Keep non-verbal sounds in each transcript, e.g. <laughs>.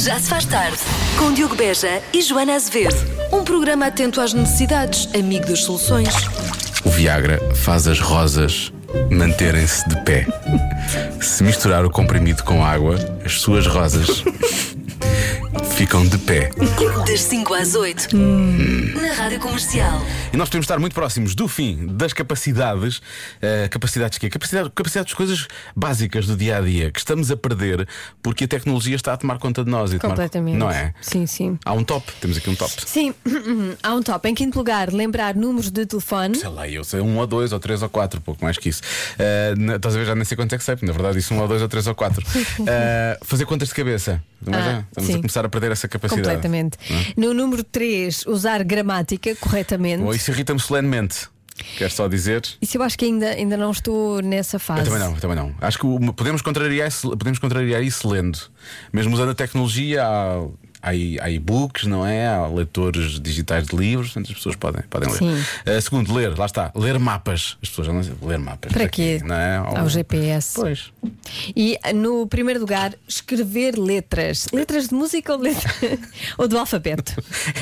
Já se faz tarde, com Diogo Beja e Joana Azevedo. Um programa atento às necessidades, amigo das soluções. O Viagra faz as rosas manterem-se de pé. Se misturar o comprimido com água, as suas <laughs> rosas ficam de pé. Das 5 às 8, na Rádio Comercial. E nós podemos estar muito próximos do fim das capacidades, eh, capacidades que capacidade, capacidades de coisas básicas do dia a dia que estamos a perder porque a tecnologia está a tomar conta de nós e a tomar- Completamente. não é? Sim, sim. Há um top, temos aqui um top. Sim, <clears throat> há um top. Em quinto lugar, lembrar números de telefone. Sei lá, eu sei um ou dois ou três ou quatro, pouco mais que isso. Ah, na- estás a ver, já nem sei quanto é que sei, porque na verdade isso um ou dois ou três ou <laughs> quatro. Ah, fazer contas de cabeça. Também Ah, já estamos a sim. começar a perder essa capacidade. Completamente. Hum? No número 3, usar gramática corretamente. Bom, isso irrita-me solenemente. Quero só dizer. Isso eu acho que ainda, ainda não estou nessa fase. Eu também não, eu também não. Acho que o- podemos contrariar, isso- podemos contrariar isso lendo. Mesmo usando a tecnologia, há, há e- há e-books, não é? Há leitores digitais de livros, portanto as pessoas podem, podem ler. Sim. Ah, segundo, ler, lá está, ler mapas. As pessoas já não sabem ler mapas. Para quê? Não é? Ao GPS. Pois. E no primeiro lugar, escrever letras. Letras de música ou, letra... <laughs> ou do alfabeto?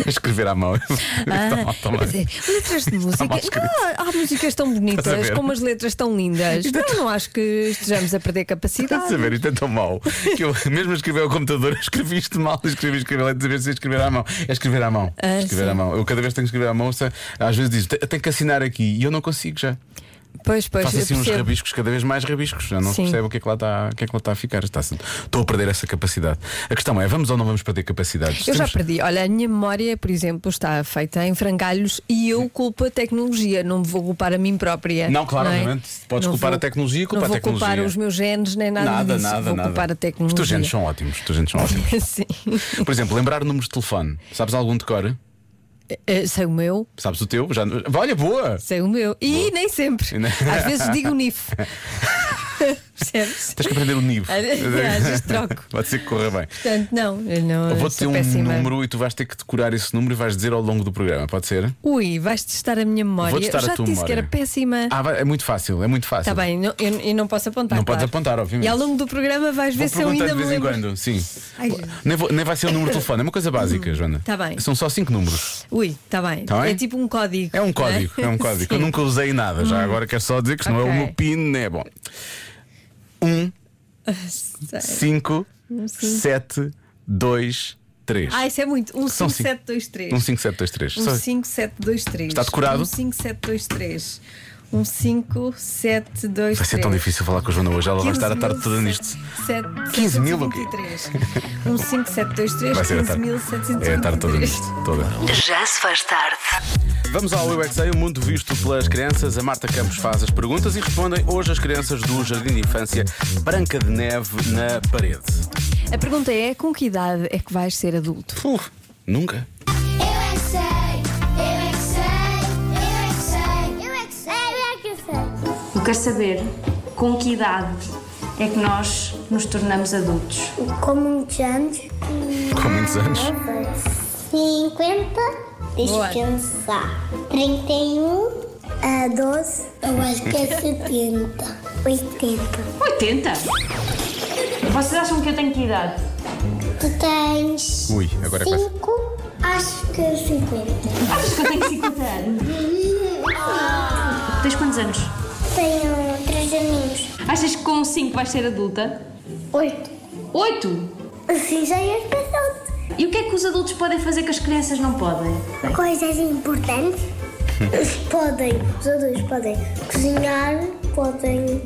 Escrever à mão. <laughs> Ah, Está mal, está mal. quer dizer, letras de música. mal escrito. Não, há músicas tão Estás a bonitas, ver? Então como as letras tão lindas. Não, não acho que estejamos a perder Estás a capacidade. saber, isto é tão mau que eu, mesmo a escrever ao computador, <laughs> escrevi isto mal, escrevi, escrevi, lá, escrevi, sem escrever à mão. É escrever à mão. Ah, escrever sim. à mão. Eu cada vez tenho que escrever à mão, se- às vezes diz, "Te- tenho que assinar aqui e eu não consigo já. Pois, pois, Faço eu assim uns percebo. rabiscos, cada vez mais rabiscos. Já não se Sim. percebe o que é que lá está o que é que lá está a ficar. Está assim, estou a perder essa capacidade. A questão é, vamos ou não vamos perder capacidades? Eu já Temos- perdi. Olha, a minha memória, por exemplo, está feita em frangalhos e eu culpo a tecnologia, não me vou culpar a mim própria. Não, claro, é? obviamente. Podes Não culpar vou- a tecnologia e culpar não a vou tecnologia. culpar os meus genes nem nada, Nada, disso. nada, vou nada. culpar a Os tecnologia. teus genes são ótimos. Os teus genes são <laughs> ótimos. Sim. Por exemplo, lembrar números de telefone. Sabes algum de cor? Eh, Sei o meu, Sabes o teu? Já... Olha, boa! sei o meu. E nem sempre. Às vezes <laughs> digo NIF. Percebes? Tens que aprender o <laughs> nível. É, Às vezes troco. Pode ser que corra bem. Portanto, não, eu não Eu vou sou ter um péssima. número e tu vais ter que decorar esse número e vais dizer ao longo do programa, pode ser? Ui, vais testar a minha memória. Vou testar eu já a tua te disse memória. que era péssima. Ah, vai- é muito fácil, é muito fácil. Está Tá bem, não- eu, eu não posso apontar. Não podes claro. apontar, obviamente. E ao longo do programa vais Vou ver se eu perguntar de ainda me vez em lembro. quando, sim. Ai, Nem, vou- nem vai ser o número de telefone, é uma coisa básica, Joana. Tá bem. São só cinco números. Ui, está bem. Tá bem? É tipo um código. É um não código, é um código. que Eu <laughs> Sim. Hum. nunca usei nada, já agora quero só dizer que se não é o Ok. meu PIN, né? Bom. Um, <laughs> cinco, Um, sete, dois, três. Ah, isso é muito. São cinco. 15723. Um, cinco, sete, dois, três. Só- 15723. Está decorado? 15723. 15723. Vai ser tão difícil falar com a Joana hoje, ela vai estar a tarde toda nisto. 15 mil o quê? 15723. Vai ser a tarde. É a tarde toda nisto. Toda. Já se faz tarde. Vamos ao Eu é Que Sei, o mundo visto pelas crianças. A Marta Campos faz as perguntas e respondem hoje as crianças do Jardim de Infância Branca de Neve na Parede. A pergunta é: com que idade é que vais ser adulto? Puf, nunca. Eu é que sei, eu é que sei, eu é que sei, eu é que sei, eu é que sei, eu é que sei. Eu quero saber com que idade é que nós nos tornamos adultos. Com muitos anos? Com muitos anos. 50. Deixa Boa. pensar. 31. A 12. Eu acho que é 70. 80. 80? Vocês acham que eu tenho que idade? Tu tens. Ui, agora é quase. 5. Acho que é 50. Achas que eu tenho 50 anos? Tens quantos anos? Tenho 3 aninhos. Achas que com 5 vais ser adulta? 8. 8? Assim já ias pensar. E o que é que os adultos podem fazer que as crianças não podem? Coisas importantes. assim podem, os adultos podem cozinhar, podem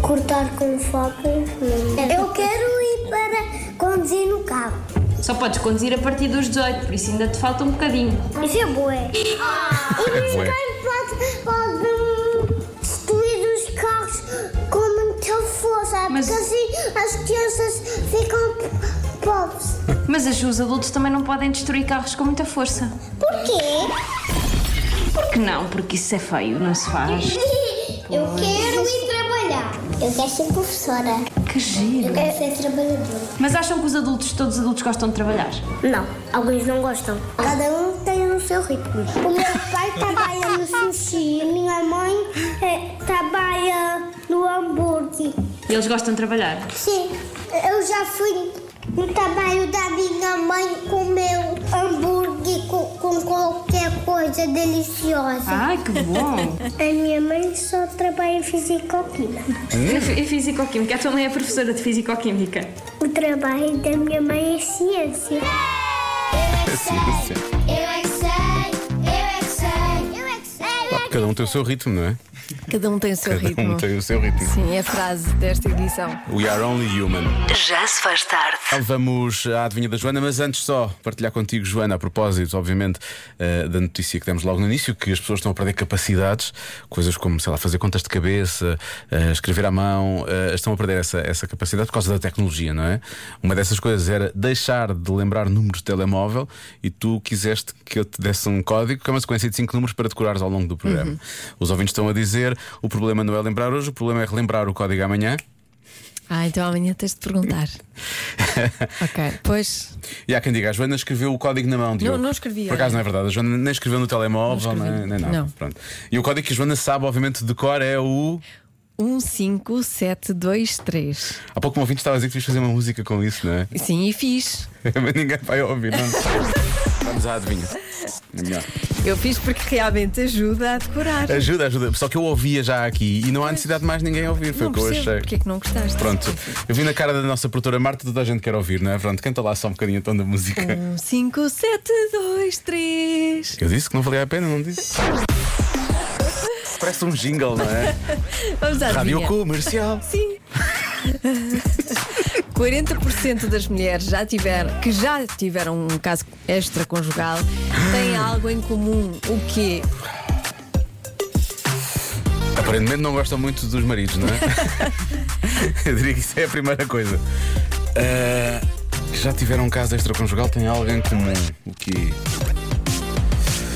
cortar com faca. Eu quero ir para conduzir no carro. Só podes conduzir a partir dos 18, por isso ainda te falta um bocadinho. Isso é bué. E bué. ninguém pode, pode destruir os carros com muita força, Mas- porque assim as crianças ficam p- pobres. Mas acho que os adultos também não podem destruir carros com muita força. Porquê? <laughs> Por que não? Porque isso é feio, não se faz. Eu quero ir trabalhar. Eu quero ser professora. Que giro. quero ser trabalhadora. Mas acham que os adultos, todos os adultos gostam de trabalhar? Não, alguns não gostam. Cada um tem o seu ritmo. O meu pai trabalha no sushi, a minha mãe eh, trabalha no hambúrguer. E eles gostam de trabalhar? Sim, eu já fui O trabalho da minha mãe comeu hambúrguer com, com qualquer coisa deliciosa. Ai, que bom! A minha mãe só trabalha em fisicoquímica. <laughs> É fisicoquímica, a tua mãe é professora de fisicoquímica. O trabalho da minha mãe é ciência. É ciência. Eu é que sei, eu é que sei, eu é que sei. Cada um tem o seu ritmo, não é? Cada um tem o seu Cada ritmo. um tem o seu ritmo. Sim, é a frase desta edição. We are only human. Já se faz tarde. Então Vamos à adivinha da Joana, mas antes só partilhar contigo, Joana, a propósito, obviamente, eh, da notícia que demos logo no início, que as pessoas estão a perder capacidades, coisas como, sei lá, fazer contas de cabeça, eh, escrever à mão, eh, estão a perder essa, essa capacidade por causa da tecnologia, não é? Uma dessas coisas era deixar de lembrar números de telemóvel e tu quiseste que eu te desse um código que é uma sequência de cinco números para decorares ao longo do programa. Os ouvintes estão a dizer: o problema não é lembrar hoje, o problema é relembrar o código amanhã. <laughs> Ah, então amanhã tens de <laughs> perguntar. ok, pois. E há quem diga, a Joana escreveu o código na mão. Diogo. não escrevi, Por acaso não é verdade, a Joana nem escreveu no telemóvel, Não nem, escrevi. nem nada. Não. Pronto. E o código que a Joana sabe, obviamente, de cor é o. 15723. Há pouco um ouvinte estava a dizer que devias fazer uma música com isso, não é? <laughs> Sim, e fiz. Mas ninguém vai ouvir, não Vamos à adivinha. É melhor. Eu fiz porque realmente ajuda a decorar. Ajuda, ajuda. Só que eu ouvia já aqui e não há necessidade de mais ninguém ouvir, foi não o que eu percebo achei. porque é que não gostaste. Pronto, eu vi na cara da nossa produtora Marta, toda a gente quer ouvir, não é? Pronto, canta lá só um bocadinho então da música. Hum. 15723. Eu disse que não valia a pena, não <laughs> disse? Parece um jingle, não é? Vamos à Rádio adivinha. comercial. Sim. <laughs> 40% das mulheres já tiveram, que já tiveram um caso extraconjugal têm algo em comum. O quê? Aparentemente não gostam muito dos maridos, não é? Eu diria que isso é a primeira coisa. Ah, já tiveram um caso extraconjugal? Tem algo em comum? O que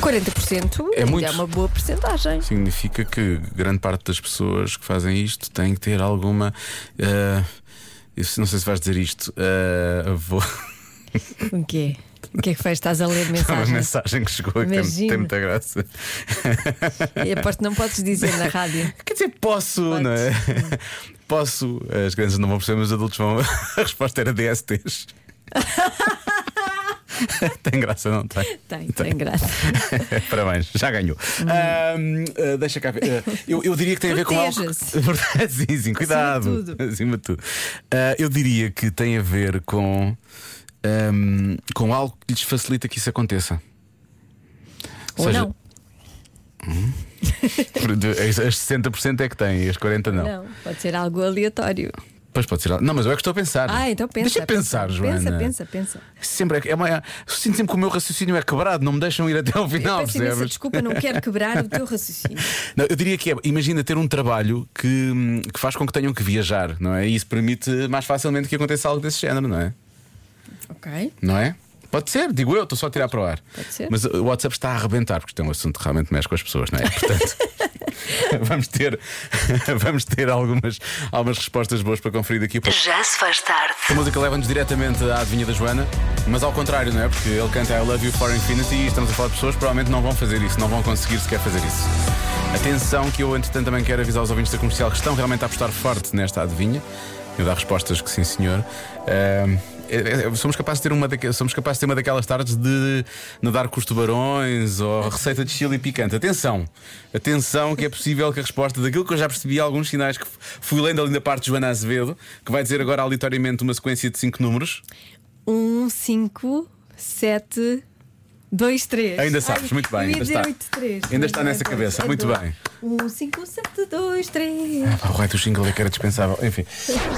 40% É muito. é uma boa percentagem. significa que grande parte das pessoas que fazem isto tem que ter alguma. ah, eu não sei se vais dizer isto. ah, <laughs> vou. O quê? O que é que fez? Estás a <laughs> ler Uma mensagens? mensagem que chegou que tem, Imagino. tem muita graça. E aposto que não podes dizer na rádio. <laughs> Quer dizer, posso, Podes. não é? <laughs> Posso. As crianças não vão perceber, mas os adultos vão. <laughs> A resposta era DSTs. <laughs> tem graça, não tem? <laughs> Tem, tem graça. Parabéns, já ganhou. Ahm, Hum. ah, deixa cá ver. Ah, eu, eu diria que tem a ver com algo. <laughs> Proteja-se. sim, sim, cuidado. Acima de tudo. Acima de tudo. Ah, eu diria que tem a ver com. ahm, com algo que lhes facilita que isso aconteça. Ou seja, não? As as 60% é que tem, e as 40% não. Não, pode ser algo aleatório. Pois pode ser. algo- Não, mas eu é que estou a pensar. Ah, então pensa. Deixa eu pensar, pensa, Joana. Pensa, pensa, pensa. Sempre é, é uma, é- sinto sempre que o meu raciocínio é quebrado, não me deixam ir até ao final, eu peço imensa percebes? desculpa, não quero quebrar o teu <laughs> raciocínio. Não, eu diria que é, imagina ter um trabalho que, hum, que faz com que tenham que viajar, não é? E isso permite mais facilmente que aconteça algo desse género, não é? Ok. Não é? Pode ser, digo eu, estou só a tirar para o ar. Pode ser. Mas o WhatsApp está a arrebentar, porque isto é um assunto que realmente mexe com as pessoas, não é? <laughs> Portanto, <laughs> vamos ter, <laughs> vamos ter algumas, algumas respostas boas para conferir daqui a pouco. Já se faz tarde. A música leva-nos diretamente à adivinha da Joana, mas ao contrário, não é? Porque ele canta I Love You for Infinity e estamos a falar de pessoas que provavelmente não vão fazer isso, não vão conseguir sequer fazer isso. Atenção, que eu entretanto também quero avisar os ouvintes da comercial que estão realmente a apostar forte nesta adivinha. Eu dar respostas que sim, senhor. Ahm, é- é- somos, capazes de ter uma daque- somos capazes de ter uma daquelas tardes de nadar com os tubarões ou receita de chile picante. Atenção, atenção, que é possível que a resposta daquilo que eu já percebi, há alguns sinais que f- fui lendo ali da parte de Joana Azevedo, que vai dizer agora aleatoriamente uma sequência de cinco números. Um, cinco, sete, dois, três. Ainda sabes, muito bem, eu ia ainda dizer está. oito, três, Ainda mas está não é nessa dois, cabeça, é muito dois. bem. Um, cinco, sete, dois, três. Ah, O raio do jingle é que era dispensável, enfim.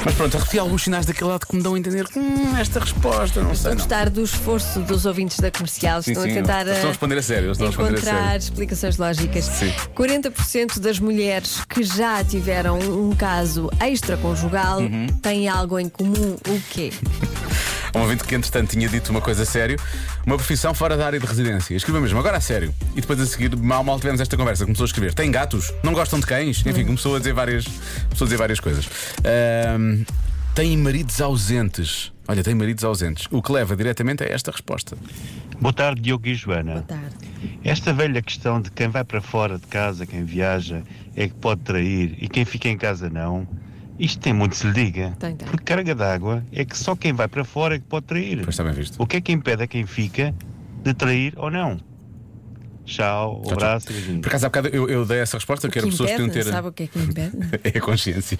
Mas pronto, arrepi alguns sinais daquele lado que me dão a entender que hum, esta resposta, não sei. Estou a Não. gostar do esforço dos ouvintes da comercial. Sim, estão sim, a tentar eles estão a responder a sério, eles estão a responder a encontrar sério. explicações lógicas. Sim. 40% das mulheres que já tiveram um caso extraconjugal Uhum. têm algo em comum. O quê? Um ouvinte que, entretanto, tinha dito uma coisa a sério, uma profissão fora da área de residência. Escreva mesmo, agora a sério. E depois a seguir, mal mal tivemos esta conversa, começou a escrever: tem gatos? Não gostam de cães? Uhum. Enfim, começou a dizer várias, começou a dizer várias coisas. Ahm, tem maridos ausentes. Olha, tem maridos ausentes. O que leva diretamente a esta resposta. Boa tarde, Diogo e Joana. Boa tarde. Esta velha questão de quem vai para fora de casa, quem viaja, é que pode trair e quem fica em casa não, Isto tem muito se lhe diga. Tem, tem. Porque carga d'água é que só quem vai para fora é que pode trair. Pois está bem visto. O que é que impede a quem fica de trair ou não? Tchau, tchau. abraço e beijinho. Por acaso, há bocado eu, eu dei essa resposta, que que era pessoas que impede, podiam ter. Sabe o que é que impede? É <laughs> a <laughs> consciência.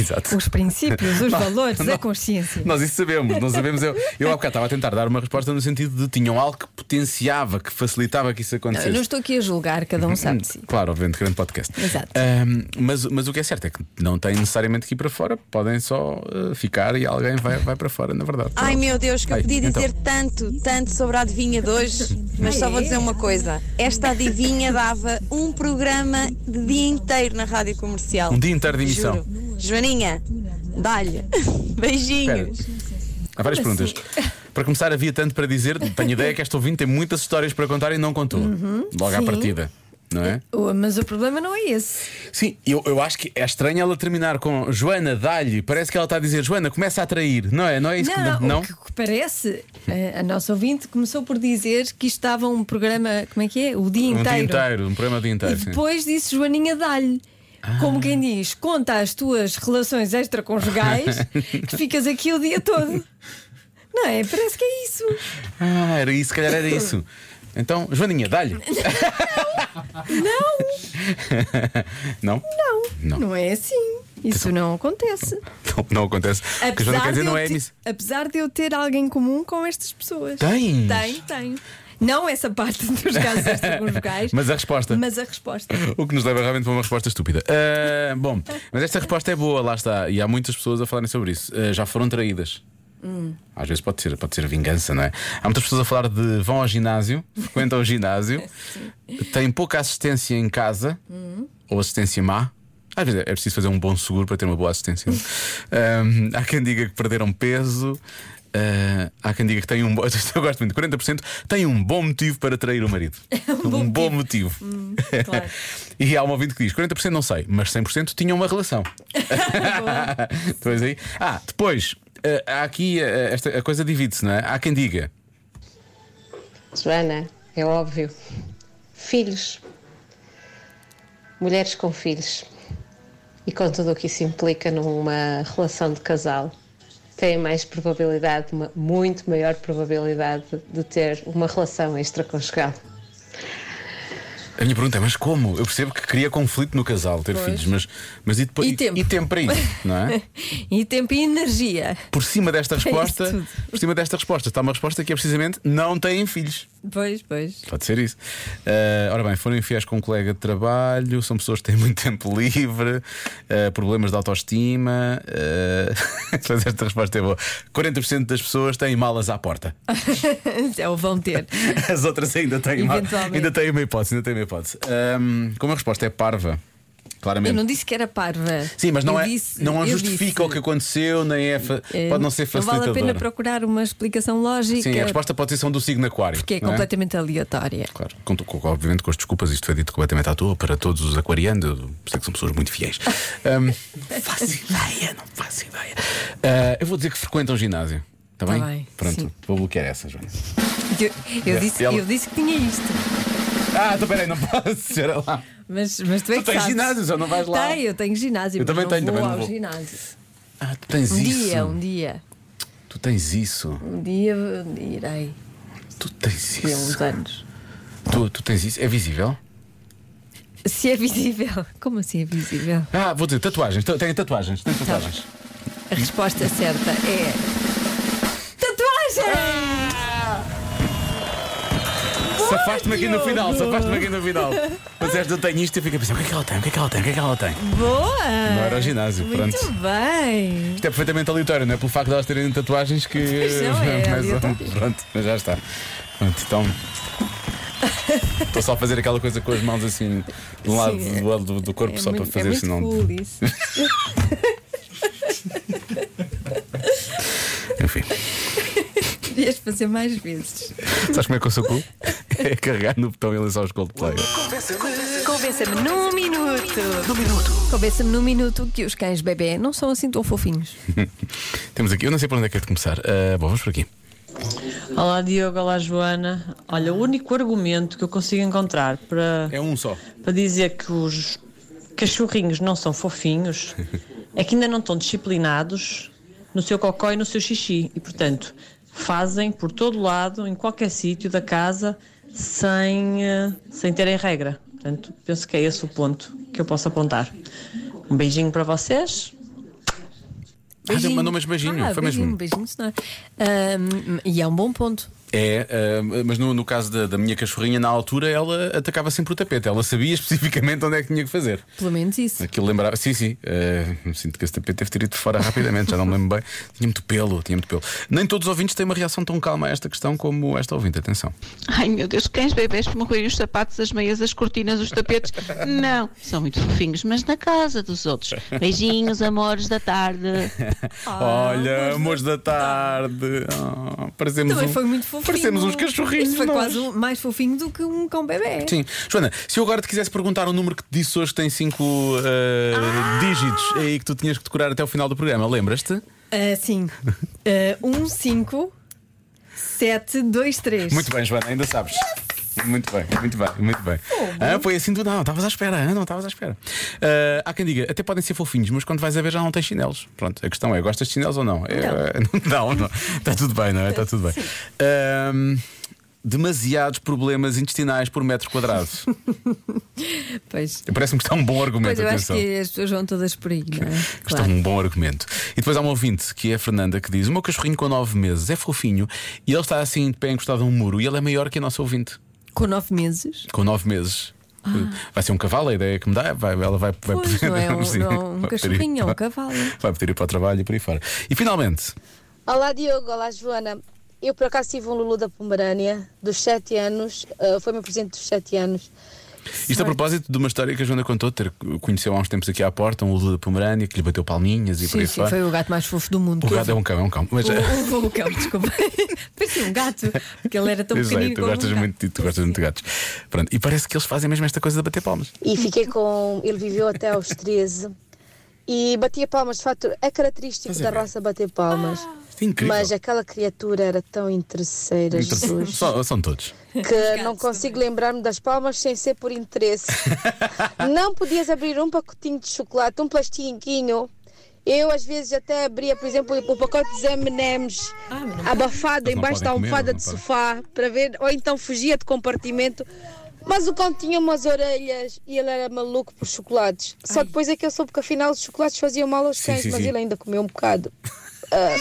Exato. Os princípios, <laughs> os Não, valores, não. a consciência. Nós isso sabemos, nós sabemos. Eu, eu há bocado estava a tentar dar uma resposta no sentido de tinham algo que potenciava, que facilitava que isso Não, eu acontecesse. não estou aqui a julgar, cada um sabe de si. Claro, obviamente, grande podcast. Exato. Ahm, mas, mas o que é certo é que não têm necessariamente que ir para fora, podem só eh, ficar e alguém vai, vai para fora, na verdade. Ai meu Deus, que eu Ai, podia então. dizer tanto, tanto sobre a adivinha de hoje, mas só vou dizer uma coisa: esta adivinha dava um programa de dia inteiro na rádio comercial. Um dia inteiro de emissão. Juro. Joaninha, dá-lhe. <laughs> Beijinhos. Há várias Como assim? perguntas. Para começar, havia tanto para dizer, tenho ideia que esta ouvinte tem muitas histórias para contar e não contou. Logo à Uhum. sim. partida. Não é? Oh, Mas o problema não é esse. Sim, eu, eu acho que é estranho ela terminar com Joana, dá-lhe. Parece que ela está a dizer Joana, começa a trair. Não é? Não é isso não, que. Não? o que- que parece, eh, a, a nossa ouvinte começou por dizer que isto estava um programa, como é que é? O dia Um inteiro. dia inteiro, um programa o dia E inteiro. sim. Ah. depois disse Joaninha dá-lhe. Como quem diz, conta as tuas <laughs> relações extraconjugais que ficas aqui o dia todo. Não é? Parece que é isso. Ah, era isso, se calhar era isso. Então, Joaninha, dá-lhe. <laughs> Não. não? Não, Não. Então- não, é assim. Isso não acontece. Não, não acontece. Porque Joana quer dizer de eu não é ter- emissão. apesar de eu ter alguém em comum com estas pessoas. Tens? Tenho, tenho. Não essa parte <laughs> dos casos extraconjugais, Mas a resposta. mas a resposta. <laughs> O que nos leva realmente para uma resposta estúpida. Ah, bom, mas esta resposta é boa, lá está. E há muitas pessoas a falarem sobre isso. Ah, já foram traídas. Às vezes pode ser, pode ser vingança, não é? Há muitas pessoas a falar de vão ao <laughs> ginásio, frequentam o ginásio, têm pouca assistência em casa ou assistência má. Às vezes é é preciso fazer um bom seguro para ter uma boa assistência. Ahm, há quem diga que perderam peso. ah, há quem diga que tem um bom. <laughs> Eu gosto muito, 40% tem um bom motivo para trair o <laughs> marido. um bom, motivo. claro. e há um ouvinte que diz: 40% não sei, mas 100% tinham uma <laughs> relação. Depois aí. Ah, depois, eh, há aqui eh, esta, a coisa divide-se, não é? Há quem diga. Joana, é óbvio. Filhos. Mulheres com filhos. E com tudo o que isso implica numa relação de casal, têm mais probabilidade, uma muito maior probabilidade de ter uma relação extraconjugal. A minha pergunta é: mas como? Eu percebo que cria conflito no casal ter filhos, mas, mas e depois. E tempo. e tempo para isso, não <laughs> é? E tempo e energia. Por cima desta isso resposta, tudo. por cima desta resposta está uma resposta que é precisamente não têm filhos. Pois, pois. <laughs> Pode ser isso. Eh, ora bem, foram infiéis com um colega de trabalho, são pessoas que têm muito tempo livre, eh, problemas de autoestima. eh, <laughs> Mas esta resposta é boa. 40% das pessoas têm malas à porta. <laughs> É o vão ter. As outras ainda têm uma, Eventualmente. ainda têm uma hipótese, ainda têm uma hipótese. Ahm, como a resposta é parva, claramente. Eu não disse que era parva. Sim, mas não, Eu é, disse- não eu justifica disse- o que aconteceu, nem é fa- Eh, pode não ser facilitador. Não vale a pena procurar uma explicação lógica. Sim, a resposta pode ser são do signo aquário. Porque é não completamente aleatória. <laughs> Claro, com, com- obviamente com as desculpas, isto foi dito completamente à toa para todos os aquarianos, eu sei que são pessoas muito fiéis. Ahm, não faço ideia, não faço ideia. Ah, eu vou dizer que frequentam o ginásio. Está bem? Tá bem, Pronto, sim. vou bloquear essa, Joana. Eu, eu É, disse, ela- eu disse que tinha isto. Ah, então peraí, não posso, espera lá. Mas, mas tu é Tu que tens sabes. ginásio, só não vais lá. Tenho, eu tenho ginásio. Eu mas também não tenho, vou também não ao vou. ginásio. Ah, tu tens Um isso. dia, um dia. Tu tens isso. Um dia eh, irei. Tu tens Daqui a uns isso. anos. Tu, tu tens isso. É visível? Se é visível. Como assim é visível? Ah, vou dizer, tatuagens. Tu- Tem tatuagens. Tem Tá. tatuagens. A resposta certa é. Tatuagem! Safaste-me aqui no final, safaste-me aqui no final. Mas esta eu tenho isto e eu fico a pensar: o que é que ela tem? O que é que ela tem? O que é que ela tem? Boa! Não era ao ginásio, Muito pronto. bem! Isto é perfeitamente aleatório, não é? Pelo facto de elas terem tatuagens que. <laughs> Pois <laughs> não, é mas, aleatório. pronto, mas já está. Pronto, então. Estou só a fazer aquela coisa com as mãos assim, de um lado Sim, é- do, lado do- do corpo, É só muito, para fazer é muito senão. <laughs> cool isso. Enfim. Devias fazer mais vezes. Sabes como é que eu sou <laughs> cool? É carregar no botão e lançar os Coldplay. <laughs> Convença-me num minuto. Num minuto. Convença-me num minuto que os cães bebê não são assim tão fofinhos. Temos aqui, eu não sei por onde é que é de começar. Ah, bom, vamos por aqui. Olá Diogo, olá Joana. Olha, o único argumento que eu consigo encontrar para, É um só. para dizer que os cachorrinhos não são fofinhos é que ainda não estão disciplinados no seu cocó e no seu xixi. E, portanto, fazem por todo lado, em qualquer sítio da casa, sem, eh, sem terem regra. Portanto, penso que é esse o ponto que eu posso apontar. Um beijinho para vocês. Ah, mandou mais beijinho, Ah, foi beijinho, mesmo. Beijinho, senhora. Ahm, e é um bom ponto. É, ah, mas no, no caso da, da minha cachorrinha, na altura, ela atacava sempre o tapete. Ela sabia especificamente onde é que tinha que fazer. Pelo menos isso. Aquilo lembrava. Sim, sim. eh, sinto que esse tapete teve tirado de fora rapidamente, já não me lembro bem. Tinha muito pelo, tinha muito pelo. Nem todos os ouvintes têm uma reação tão calma a esta questão como esta ouvinte. Atenção. Ai meu Deus, cães bebês para morrerem os sapatos, as meias, as cortinas, os tapetes. Não, são muito fofinhos, mas na casa dos outros. Beijinhos, amores da tarde. Ah, Olha, amores da tarde. Oh, parecemos Também um- foi muito fofinho. Parecemos uns cachorrinhos. Isto foi nós. quase um- mais fofinho do que um cão bebê. Sim. Joana, se eu agora te quisesse perguntar um número que te disse hoje que tem 5 dígitos é aí que tu tinhas que decorar até o final do programa, lembras-te? Ah, sim. 1, 5, 7, 2, 3. Muito bem, Joana, ainda sabes. Muito bem, muito bem, muito bem. Ah, foi assim do não, estavas à espera, ah, não estavas à espera. Ah, há quem diga, até podem ser fofinhos, mas quando vais a ver já não tens chinelos. Pronto, a questão é, gostas de chinelos ou não? É, é, <laughs> Não, não, Está tudo bem, não é? Está tudo bem. Ahm, demasiados problemas intestinais por metro quadrado. Pois. Parece-me que está um bom argumento, Pois eu acho atenção. que as pessoas vão todas por aí, não é? Isto é um bom argumento. E depois há um ouvinte, que é a Fernanda, que diz: O meu cachorrinho com 9 meses é fofinho e ele está assim de pé encostado a um muro e ele é maior que a nossa ouvinte, Com nove meses. com 9 meses. Vai ser um cavalo, a ideia que me dá. Vai, ela vai, vai Ah. Pois, não é <laughs> um- Sim, não é um vai poder ir cachorrinho, é um para- cavalo. Vai poder ir para o trabalho e por aí fora. E finalmente, Olá Diogo, olá Joana. Eu por acaso tive um Lulu da Pomerânia dos 7 anos, ah, foi meu presente dos 7 anos. isto a propósito de uma história que a Joana contou, ter, conheceu há uns tempos aqui à porta um Lula da Pomerânia que lhe bateu palminhas e por Sim, aí sim, fora. foi um o gato mais fofo do mundo. O que eu gato é um cão, é um cão. Mas, vi. O, o, o cão, desculpa. <laughs> Parecia um gato, porque ele era <laughs> tão Exato, pequenino. tu como um gostas, gato. muito, de- tu gostas muito de gatos. Pronto, e parece que eles fazem mesmo esta coisa de bater palmas. E fiquei com. Ele viveu até aos 13 e batia palmas, de facto, é característico Estás a da ver? raça bater palmas. Isto é incrível. Mas aquela criatura era tão interesseira, Jesus, São, são todos. que não consigo lembrar-me das palmas sem ser <laughs> por interesse. Não podias abrir um pacotinho de chocolate, um plastiquinho. Eu, às vezes, até abria, por exemplo, o pacote de M&M's abafado Eles Ah, não embaixo da podem comer, almofada não de podem. sofá para ver, ou então fugia de compartimento. Mas o cão tinha umas orelhas e ele era maluco por chocolates. Só depois é que eu soube que afinal os chocolates faziam mal aos Sim, cães, sim, mas sim. ele ainda comeu um bocado. Ah.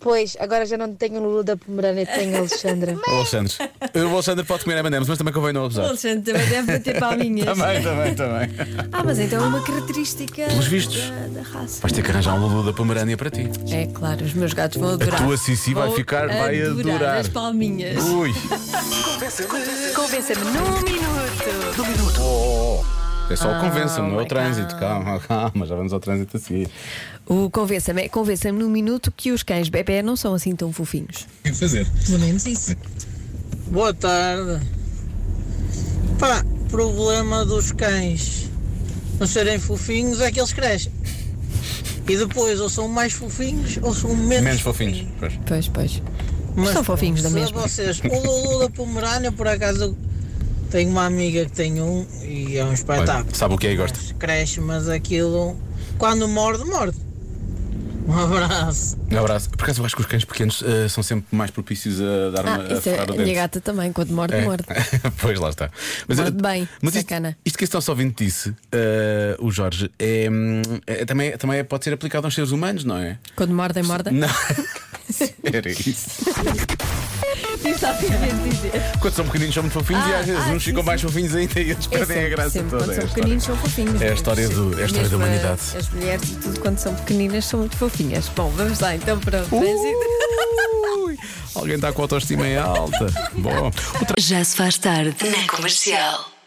Pois, agora já não tenho Lulu da Pomerânia, tenho Alexandra. O Alexandre. O Alexandre pode comer M&M's, mas também convém não O abusar. Alexandre também deve bater palminhas. Também, também, também. ah, mas então é uma característica Pelos vistos. da, da raça. Vais ter que arranjar um Lulu da Pomerânia para ti. É claro, os meus gatos vão adorar. tua Sissi vai Vão ficar- vai adorar. Uh. as palminhas. Ui. Convença-me num minuto. É só Ah, o convença-me, não é o trânsito. Calma, calma, já vamos ao trânsito a seguir. O convença-me é convença-me num minuto que os cães bebê não são assim tão fofinhos. O que fazer? Pelo menos isso. Boa tarde. Pá, problema dos cães não serem fofinhos é que eles crescem. E depois, ou são mais fofinhos ou são menos, Menos fofinhos. Pois. Pois, pois. são fofinhos da se mesma. vocês, o Lulu da Pomerânia, por acaso, tenho uma amiga que tem um e é um Olha, tá. espetáculo. sabe o que é e gosta? Cresce, mas aquilo, quando morde, morde. Um abraço. Um abraço. Por acaso eu acho que os cães pequenos eh, são sempre mais propícios a dar Ah, uma a isso é, ferrar o a minha dente. gata também, quando morde, É. morde. <laughs> pois lá está. Mas, eh, Morde bem, mas isto, sacana. isto que este nosso ouvinte disse, eh, o Jorge, é, hum, é- também, também pode ser aplicado aos seres humanos, não é? Quando mordem, mordem. Não. <laughs> Era isso. Isso há de dizer. Quando são pequeninos são muito fofinhos e Ah, às vezes ah, uns sim, ficam sim. mais fofinhos ainda e eles É perdem a sempre, graça sempre. toda. é Quando a são história. pequeninos, são fofinhos. É a história do- é a história da Mesmo humanidade. As mulheres, tudo quando são pequeninas, são muito fofinhas. Bom, vamos lá então para Uh! o trânsito. <laughs> Ui, alguém está com a autoestima em alta. Bom, o Já se faz tarde. Na comercial.